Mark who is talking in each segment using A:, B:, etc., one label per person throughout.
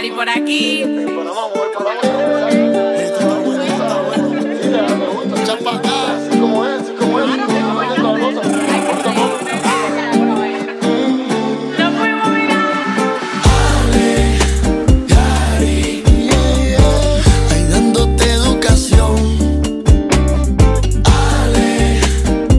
A: voy por aquí.
B: Este
A: No puedo mirar.
B: Ay, dándote educación. Ale,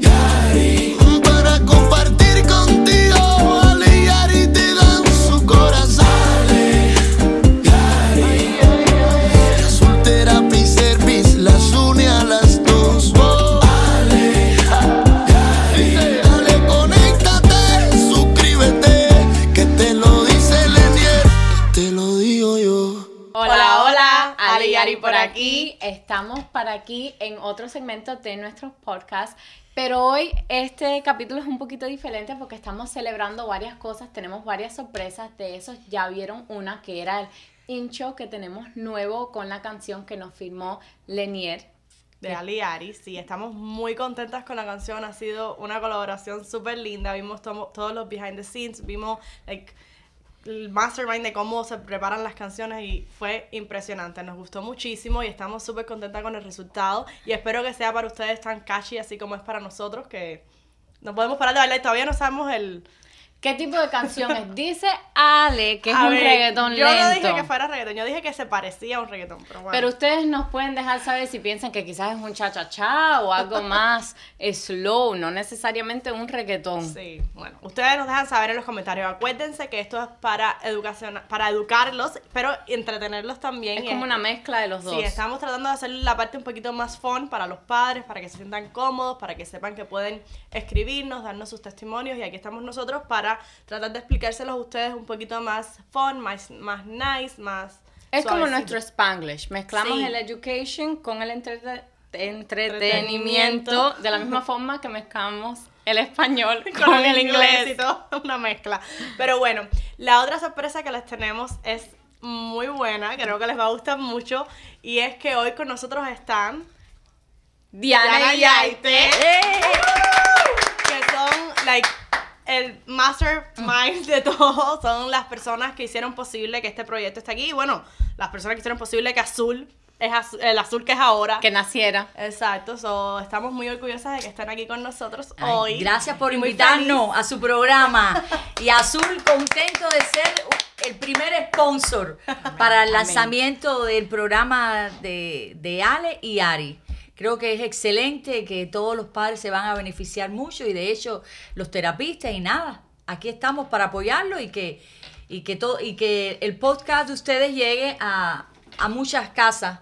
B: Yari. Para compartir contigo, Ale y Yari te dan su corazón. Ale, Yari. Azul Therapy Service las une a las dos. Ale, Yari. Dale, conéctate, suscríbete. Que te lo dice Lenier, te lo digo yo.
A: Hola, hola, Ali y Ari
C: Ari
A: por aquí.
C: Estamos para aquí en otro segmento de nuestros podcasts, pero hoy este capítulo es un poquito diferente porque estamos celebrando varias cosas, tenemos varias sorpresas, de esos ya vieron una que era el intro que tenemos nuevo con la canción que nos firmó Lenier.
A: De Ali y Ari, sí, estamos muy contentas con la canción, ha sido una colaboración súper linda, vimos tomo- todos los behind the scenes, vimos like, el mastermind de cómo se preparan las canciones y fue impresionante, nos gustó muchísimo y estamos súper contentas con el resultado y espero que sea para ustedes tan catchy así como es para nosotros que no podemos parar de bailar, y todavía no sabemos el...
C: ¿Qué tipo de canción es? Dice Ale que es
A: A
C: un
A: ver,
C: reggaetón
A: yo
C: lento.
A: no dije que fuera reggaetón, yo dije que se parecía a un reggaetón, pero bueno.
C: Pero ustedes nos pueden dejar saber si piensan que quizás es un cha-cha-cha o algo más slow, no necesariamente un reggaetón.
A: Sí, bueno, ustedes nos dejan saber en los comentarios. Acuérdense que esto es para educación, para educarlos, pero entretenerlos también.
C: Es como una mezcla de los dos.
A: Sí, estamos tratando de hacer la parte un poquito más fun para los padres, para que se sientan cómodos, para que sepan que pueden escribirnos, darnos sus testimonios y aquí estamos nosotros para tratar de explicárselos a ustedes un poquito más fun, más, más nice, más...
C: es como
A: suavecito.
C: nuestro Spanglish. Mezclamos
A: Sí.
C: el education con el entrete-
A: Entretenimiento.
C: entretenimiento de la misma forma que mezclamos el español con,
A: con
C: el inglés.
A: y todo, una mezcla. Pero bueno, la otra sorpresa que les tenemos es muy buena, creo que les va a gustar mucho, y es que hoy con nosotros están
C: Diana
A: Diana
C: y ¡Eh!
A: y Aite,
C: Aite.
A: que son, like, el mastermind de todo, son las personas que hicieron posible que este proyecto esté aquí, y bueno, las personas que hicieron posible que Azul, es azu- el Azul que es ahora.
C: Que naciera.
A: Exacto, so, estamos muy orgullosas de que estén aquí con nosotros
D: Ay,
A: hoy.
D: Gracias por
A: y muy
D: invitarnos a su programa. Y Azul, contento de ser el primer sponsor para el
C: amén.
D: lanzamiento del programa de, de Ale y Ari. Creo que es excelente, que todos los padres se van a beneficiar mucho y de hecho los terapistas y nada. Aquí estamos para apoyarlo y que, y que, todo, y que el podcast de ustedes llegue a, a muchas casas.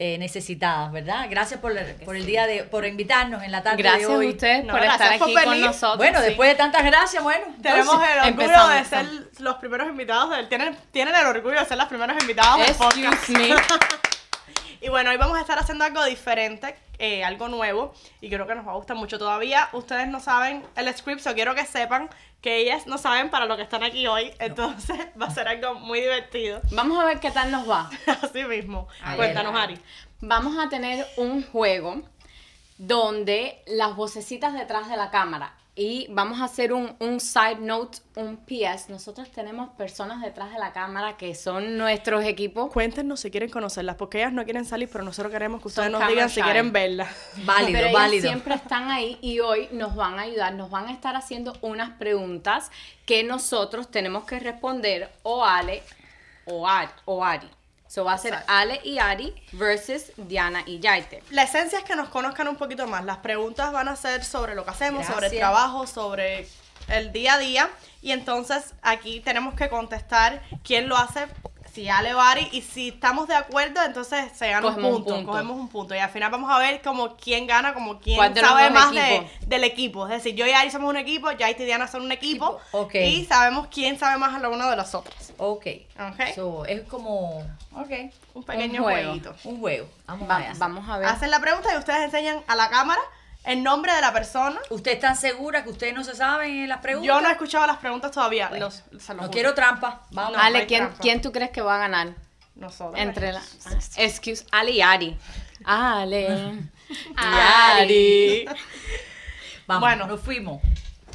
D: eh, necesitadas, ¿verdad? Gracias por, la- por el día de, por invitarnos en la tarde
C: Gracias
D: de
C: a
D: hoy.
C: ustedes
A: No,
C: por
A: gracias
C: estar
A: por
C: aquí con
A: venir.
C: nosotros.
D: Bueno,
C: Sí.
D: después de tantas gracias, bueno. entonces-
A: Tenemos el orgullo
C: empezamos,
A: de ser los primeros invitados del, tienen, tienen el orgullo de ser los primeros invitados del podcast.
C: Excuse me.
A: Y bueno, hoy vamos a estar haciendo algo diferente, eh, algo nuevo, y creo que nos va a gustar mucho todavía. Ustedes no saben el script, o quiero que sepan que ellas no saben para lo que están aquí hoy, entonces va a ser algo muy divertido.
C: Vamos a ver qué tal nos va.
A: Así mismo.
D: A ver,
A: Cuéntanos, Ari.
C: Vamos a tener un juego donde las vocecitas detrás de la cámara y vamos a hacer un, un side note, un PS. Nosotros tenemos personas detrás de la cámara que son nuestros equipos.
A: Cuéntenos si quieren conocerlas, porque ellas no quieren salir, pero nosotros queremos que ustedes
C: Son
A: nos
C: camera
A: digan si
C: shy.
A: quieren verlas.
D: Válido,
C: Pero ellas
D: válido.
C: siempre están ahí y hoy nos van a ayudar, nos van a estar haciendo unas preguntas que nosotros tenemos que responder o Ale o Ari. O Ari. So va a ser
A: Exacto.
C: Ale y Ari versus Diana y Yaite.
A: La esencia es que nos conozcan un poquito más. Las preguntas van a ser sobre lo que hacemos, sobre el
D: Gracias.
A: trabajo, sobre el día a día. Y entonces aquí tenemos que contestar quién lo hace, si Ale o Ari. Y si estamos de acuerdo, entonces se gana un
C: Cogemos un
A: punto,
C: punto.
A: Cogemos un punto. Y al final vamos a ver como quién gana, como quién
C: ¿Cuál de los
A: sabe
C: dos
A: más de-
C: equipos?
A: del equipo. Es decir, yo y Ari somos un equipo, Yaita y Diana son un equipo.
D: Equipo, ok.
A: Y sabemos quién sabe más a la una de las otras.
D: Ok.
A: Ok.
D: So, es como ok,
A: Un pequeño
C: juego.
A: jueguito.
D: un juego. Vamos
C: Va-
D: allá.
C: vamos a ver.
A: Hacen la pregunta y ustedes enseñan a la cámara el nombre de la persona
D: ¿Ustedes están seguras que ustedes no se saben las preguntas?
A: Yo no he escuchado las preguntas todavía. los, se los
D: No
A: juro.
D: quiero trampa. Vamos.
A: No, hay
C: Ale, ¿quién,
A: trampa.
C: ¿quién tú crees que va a ganar?
A: Nosotros.
C: Entre la.
A: Ah,
C: Excuse, Ale y Ari. Ale.
D: Ari. Vamos.
A: Bueno.
D: Nos fuimos.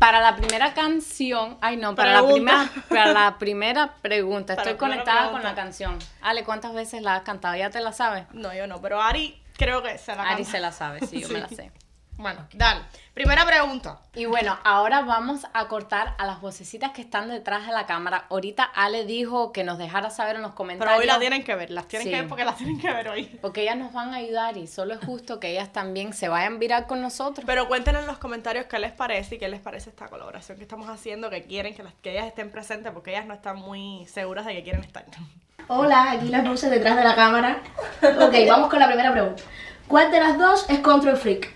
C: Para la primera canción, ay no, para la
A: Pregunta.
C: primera, para la primera pregunta,
A: Para
C: estoy
A: la primera
C: conectada con
A: pregunta.
C: la canción. Ale, ¿cuántas veces la has cantado? ¿Ya te la sabes?
A: No, yo no, pero Ari creo que se la
C: Ari
A: canta.
C: se la sabe, sí, yo me la
A: Sí.
C: sé.
A: Bueno, dale. Primera pregunta.
C: Y bueno, ahora vamos a cortar a las vocecitas que están detrás de la cámara. Ahorita Ale dijo que nos dejara saber en los comentarios.
A: Pero hoy la tienen que ver, las tienen
C: Sí.
A: que ver porque las tienen que ver hoy.
C: Porque ellas nos van a ayudar y solo es justo que ellas también se vayan viral con nosotros.
A: Pero cuéntenos en los comentarios qué les parece y qué les parece esta colaboración que estamos haciendo, que quieren que, las, que ellas estén presentes porque ellas no están muy seguras de que quieren estar.
E: Hola, aquí las luces detrás de la cámara. Ok, vamos con la primera pregunta. ¿Cuál de las dos es Control Freak?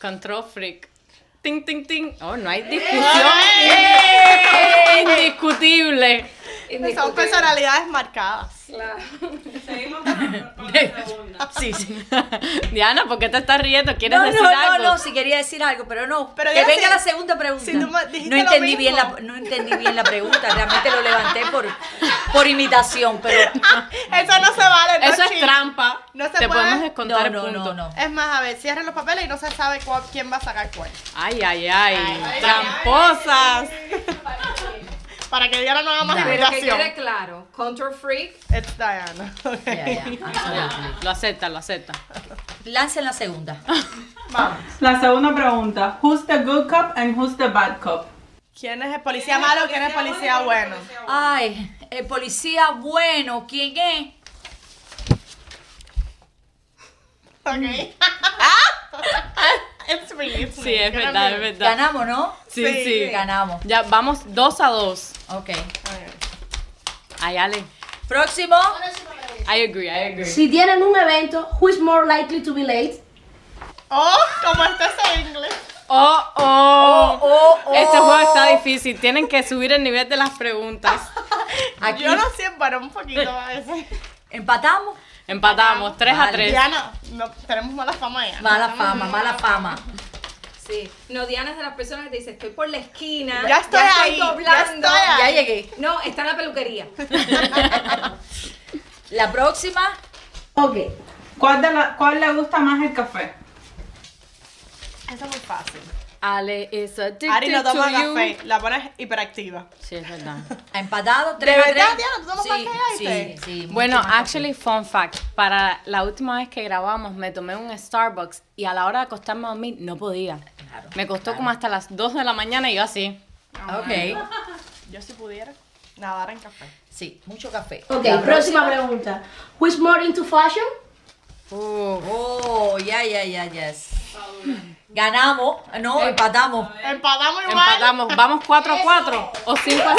C: Control Freak. Ting, ting, ting. Oh, no
D: ¡Eh!
C: hay discusión. Es indiscutible.
A: Son personalidades marcadas.
D: Sí, sí.
C: Diana, ¿por qué te estás riendo? ¿Quieres
D: No, no,
C: decir
D: no,
C: algo?
D: no, si quería decir algo, pero no.
A: Pero
D: que
A: ya
D: venga
A: sí.
D: la segunda pregunta.
A: Sí, tú me dijiste
D: no
A: lo
D: entendí bien la
A: mismo.
D: no entendí bien la pregunta, realmente lo levanté por por imitación, pero
A: Eso no se vale. no
C: Eso es
A: chisme.
C: trampa.
A: No se
C: te
A: puede.
C: podemos descontar
D: No, no,
C: el punto.
D: no, no.
A: Es más, a ver, cierren los papeles y no se sabe cuál- quién va a sacar cuál.
C: Ay, ay, ay.
A: ay,
C: Tramposas.
A: Para que Diana no haga más
F: Pero que
A: imitación.
F: quede claro, Control Freak,
A: Es Diana. ok.
D: Ya, ya, absolutely.
C: Lo acepta, lo acepta.
D: Lancen la segunda.
A: Vamos.
G: La segunda pregunta, who's the good cop and who's the bad cop?
A: ¿Quién es el policía malo? ¿Quién es el policía bueno?
D: Ay, el policía bueno, ¿quién es?
A: Ok. Ah. It's me, it's me.
C: Sí, es
A: Yo
C: verdad, es
A: también.
C: verdad.
D: Ganamos, ¿no?
C: Sí,
A: Sí.
C: sí,
D: Ganamos.
C: Ya vamos dos a dos.
D: Ok.
A: Ok.
C: Ay, Ale.
D: Próximo.
C: I agree, I agree.
E: Si tienen un evento, who is more likely to be late?
A: Oh, ¿cómo está ese inglés?
C: Oh, oh.
D: Oh, oh.
C: Este juego está difícil. Tienen que subir el nivel de las preguntas.
D: Aquí
A: Yo no sé, para un poquito a veces.
D: empatamos.
C: Empatamos, 3 a
D: Vale.
C: 3.
A: Diana, no, tenemos mala fama ya.
D: Mala fama, mala fama.
F: sí. No, Diana es de las personas que te dice, estoy por la esquina.
A: Ya estoy ahí, ya
F: doblando.
A: estoy ahí.
D: Ya llegué.
F: No, está en la peluquería.
D: La próxima.
E: Ok,
G: ¿Cuál, de la- cuál le gusta más el café?
A: Eso es muy fácil.
C: Ale is addicted
A: Ari no toma
C: to you.
A: café, la pones hiperactiva.
C: Sí, es verdad.
D: Empatado, 3
A: ¿De
D: a 3.
A: verdad, Diana? ¿Tú tomas
D: sí,
A: café,
D: sí,
A: oíste?
D: sí, mucho
C: este? Bueno, ah,
D: más café.
C: actually, fun fact. Para la última vez que grabamos, me tomé un Starbucks y a la hora de acostarme a dormir no podía.
D: Claro,
C: me costó
D: claro.
C: como hasta las 2 de la mañana y yo así.
D: Ok.
C: Ah.
A: Yo si pudiera nadar en café.
D: Sí, mucho café.
E: ok,
D: La
E: próxima pregunta. Who is more into fashion?
C: Uh,
D: Oh, ya, ya, ya, yes. Ganamos,
C: Eh.
D: no, empatamos.
A: Empatamos igual.
C: empatamos. Vamos 4 a 4 o 5 a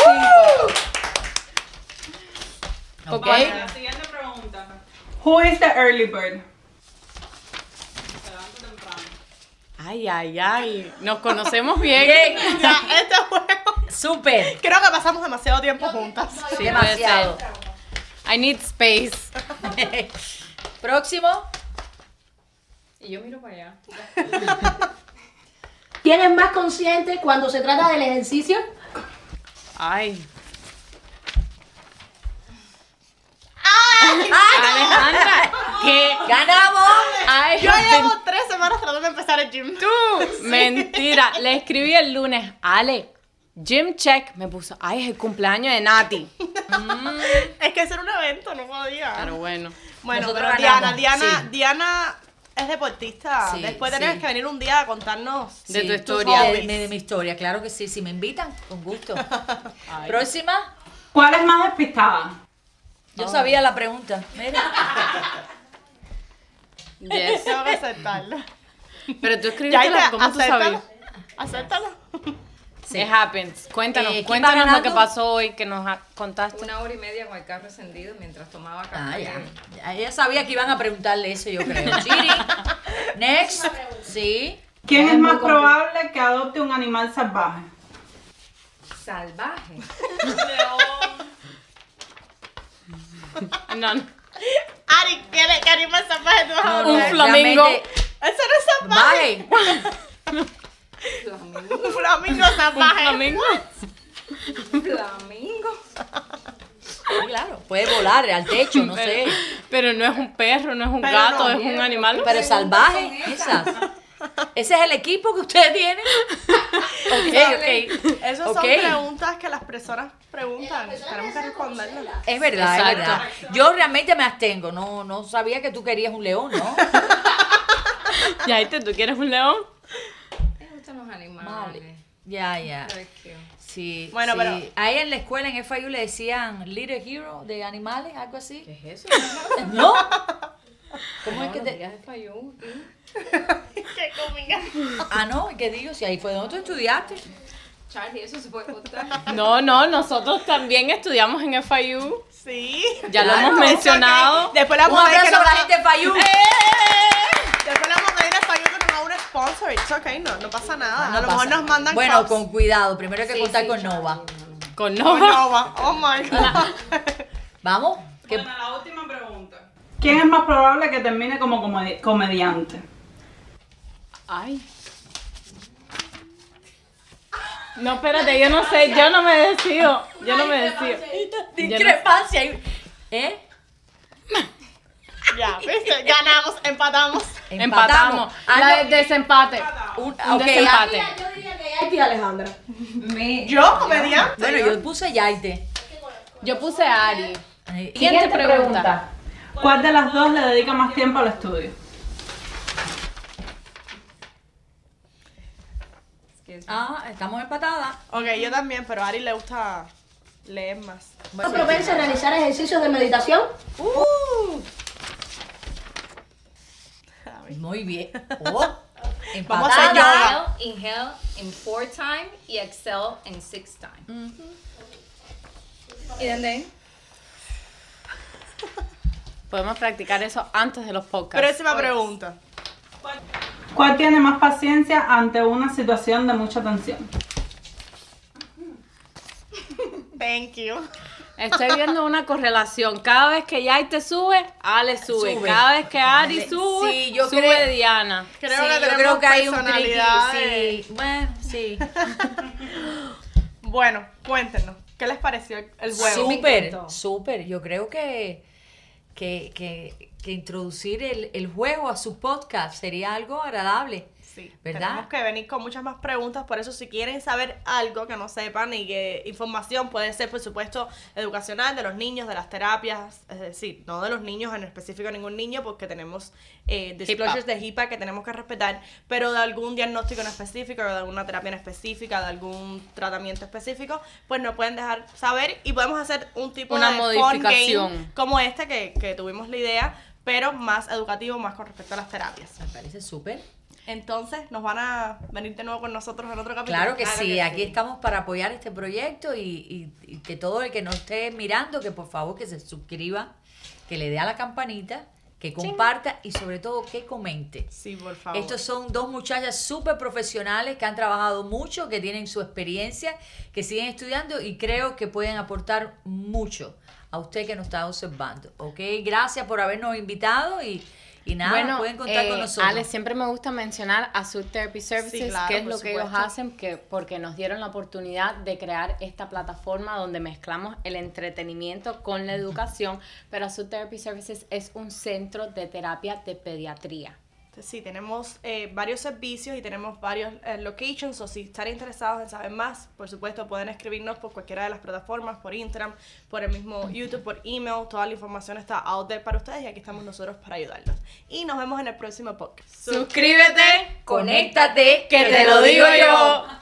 C: 5.
D: Ok.
G: siguiente pregunta. Who is the early bird?
C: Ay, ay, ay. Nos conocemos bien.
D: Bien,
A: Ya, este juego.
D: súper.
A: Creo que pasamos demasiado tiempo juntas.
C: Sí,
D: Demasiado.
C: puede ser. I need space.
D: Próximo.
F: Y yo miro para allá.
E: ¿Quién es más consciente cuando se trata del ejercicio?
C: Ay.
D: ¡Ah!
C: Alejandra, ¿qué?
D: ¡Ganamos!
C: Ay,
A: Yo llevo tres semanas tratando de empezar el gym.
C: tú. Mentira, le escribí el lunes, Ale, Jim Check me puso, ay, es el cumpleaños de Nati.
D: Mm.
A: Es que hacer un evento, no podía.
C: Pero bueno.
A: Bueno,
D: Nosotros
A: pero Diana,
D: ganamos,
A: Diana,
D: sí.
A: Diana es deportista.
D: Sí,
A: Después
D: sí.
A: tenés que venir un día a contarnos.
C: De
D: Sí,
C: tu
D: tus
C: historia.
D: De, de- de mi historia, claro que sí. Si me invitan, con gusto. Próxima.
G: ¿Cuál es más despistada?
D: Yo sabía la pregunta. Mira.
C: Yes.
A: Tengo que aceptarlo.
C: Pero tú escribiste
A: Ya,
C: la,
A: ya,
C: ¿cómo tú sabes?
A: acéptalo. Acéptalo.
D: Sí.
C: It happens. Cuéntanos,
D: Eh, ¿quién va
C: cuéntanos lo
D: ganando?
C: que pasó hoy que nos ha- contaste.
F: Una hora y media con el carro encendido mientras tomaba café.
D: Ah, ya. Ya Ella sabía que iban a preguntarle eso, yo creo. Chiri. Next. Sí.
G: ¿Quién es más probable que adopte un animal salvaje?
F: Salvaje.
C: No, no.
A: Ari, ¿qué, le- qué animal salvaje tú vas a
D: No,
A: hablar?
C: Un flamingo.
D: realmente-
A: Eso no es salvaje.
D: Vale.
F: Flamingo.
A: Un flamingo salvaje.
C: Flamingo.
F: Flamingo.
D: Sí, claro. Puede volar al techo, no sé.
C: Pero, pero no es un perro, no es un
A: Pero
C: gato,
A: no,
C: es un animal.
D: Pero salvaje,
F: son
D: esas. ¿Ese es el equipo que ustedes tienen? ok, ok.
A: Esas
D: Ok.
A: son preguntas que las personas preguntan. Tenemos que responderlas.
D: Es verdad, es
C: Exacto.
D: verdad. Yo realmente me abstengo. No, no sabía que tú querías un león, ¿no?
H: Ya, este, ¿tú quieres un león?
F: Me gustan los animales.
D: Vale. Ya, ya.
F: Pero es que-
D: Sí.
A: Bueno,
D: sí.
A: pero-
D: A ella en la escuela en FIU le decían Little Hero de animales, algo así.
F: ¿Qué es eso?
D: ¿No? ¿Cómo es que
F: Los
D: te.?
F: días de Fayú, ¿sí?
D: Ah, no, ¿y ¿qué digo? Si ahí fue donde tú estudiaste.
F: Charlie, eso se puede contar.
H: No, no, nosotros también estudiamos en FIU.
A: Sí.
H: Ya lo
D: Claro,
H: hemos
D: ok.
H: mencionado.
A: Después la
D: Un
A: vamos a pedir
D: abrazo
A: pues, que
D: para la
A: nos
D: gente de FIU.
A: Después le vamos a pedir a Fayú que nos haga un sponsor. It's okay, no, no pasa nada.
D: Ah, No
A: a lo mejor
D: pasa.
A: nos mandan
D: Bueno,
A: cups.
D: con cuidado. Primero hay que contar con Nova.
H: Con
A: Oh,
H: Nova.
A: no, va. oh my god.
D: Vamos. que-
G: Bueno, la última pregunta. ¿Quién es más probable que termine como comedi- comediante?
H: Ay. No, espérate, yo no sé, yo no me decido. Yo no me decido.
D: de
H: Yo no-
D: Discrepancia. ahí. ¿Eh?
A: ya, viste, ganamos, empatamos.
H: Empatamos.
D: Ah,
C: La
D: no,
C: de desempate.
D: un-
H: Un
D: ok,
H: desempate.
E: Yo diría que Yaiti y Alejandra.
A: Yo, comediante.
D: Bueno, yo puse Yaite.
C: Yo puse a Ari.
D: Ay,
C: Siguiente pregunta.
G: ¿Cuál de las dos le dedica más tiempo al estudio?
D: Ah, estamos empatadas.
A: Ok, yo también, pero a Ari le gusta leer más.
E: ¿Estás propensa a realizar ejercicios de meditación?
A: Uh,
D: Muy bien. Oh,
A: Vamos a hacer
D: empatada.
A: yoga.
F: Inhale, inhale in four time y exhale in six time. Y then,
H: Podemos practicar eso antes de los podcasts.
A: Próxima
D: pues.
A: pregunta.
G: ¿Cuál tiene más paciencia ante una situación de mucha tensión?
A: Thank you.
H: Estoy viendo una correlación. Cada vez que Yaite sube, Ale sube.
D: Sube.
H: Cada vez que Ari sube,
D: Sí, yo
H: sube
D: creo-
H: Diana.
A: Creo
D: Sí,
A: que
D: yo
A: tenemos
D: creo que hay un triqui.
A: personalidades.
D: Sí, bueno, sí.
A: Bueno, cuéntenos, ¿qué les pareció el juego?
D: Súper, súper. Yo creo que, que, que, que introducir el, el juego a su podcast sería algo agradable.
A: Sí,
D: ¿Verdad?
A: Tenemos que venir con muchas más preguntas, por eso si quieren saber algo que no sepan y que información puede ser, por supuesto, educacional de los niños, de las terapias, es decir, no de los niños en específico ningún niño, porque tenemos eh, disclosures de HIPAA que tenemos que respetar, pero de algún diagnóstico en específico, de alguna terapia en específica, de algún tratamiento específico, pues nos pueden dejar saber y podemos hacer un tipo
H: Una
A: de
H: modificación.
A: fun game como este que, que tuvimos la idea, pero más educativo, más con respecto a las terapias.
D: Me parece súper.
A: Entonces, ¿nos van a venir de nuevo con nosotros en otro capítulo?
D: Claro que sí, aquí estamos para apoyar este proyecto y, y- y que todo el que nos esté mirando, que por favor que se suscriba, que le dé a la campanita, que comparta y sobre todo que comente.
A: Sí, por favor.
D: Estos son dos muchachas súper profesionales que han trabajado mucho, que tienen su experiencia, que siguen estudiando y creo que pueden aportar mucho a usted que nos está observando. ¿Ok? Gracias por habernos invitado y, y nada, pueden contar con
C: eh,
D: nosotros.
C: Ale, siempre me gusta mencionar a Azul Therapy Services,
A: Sí, claro,
C: que es
A: por
C: lo que ellos
A: supuesto.
C: hacen, que, porque nos dieron la oportunidad de crear esta plataforma donde mezclamos el entretenimiento con la educación, pero Azul Therapy Services es un centro de terapia de pediatría.
A: Sí, tenemos eh, varios servicios y tenemos varios eh, locations. O si están interesados en saber más, por supuesto, pueden escribirnos por cualquiera de las plataformas, por Instagram, por el mismo YouTube, por email. Toda la información está out there para ustedes y aquí estamos nosotros para ayudarlos. Y nos vemos en el próximo podcast.
H: Suscríbete,
D: conéctate,
H: que te lo digo yo.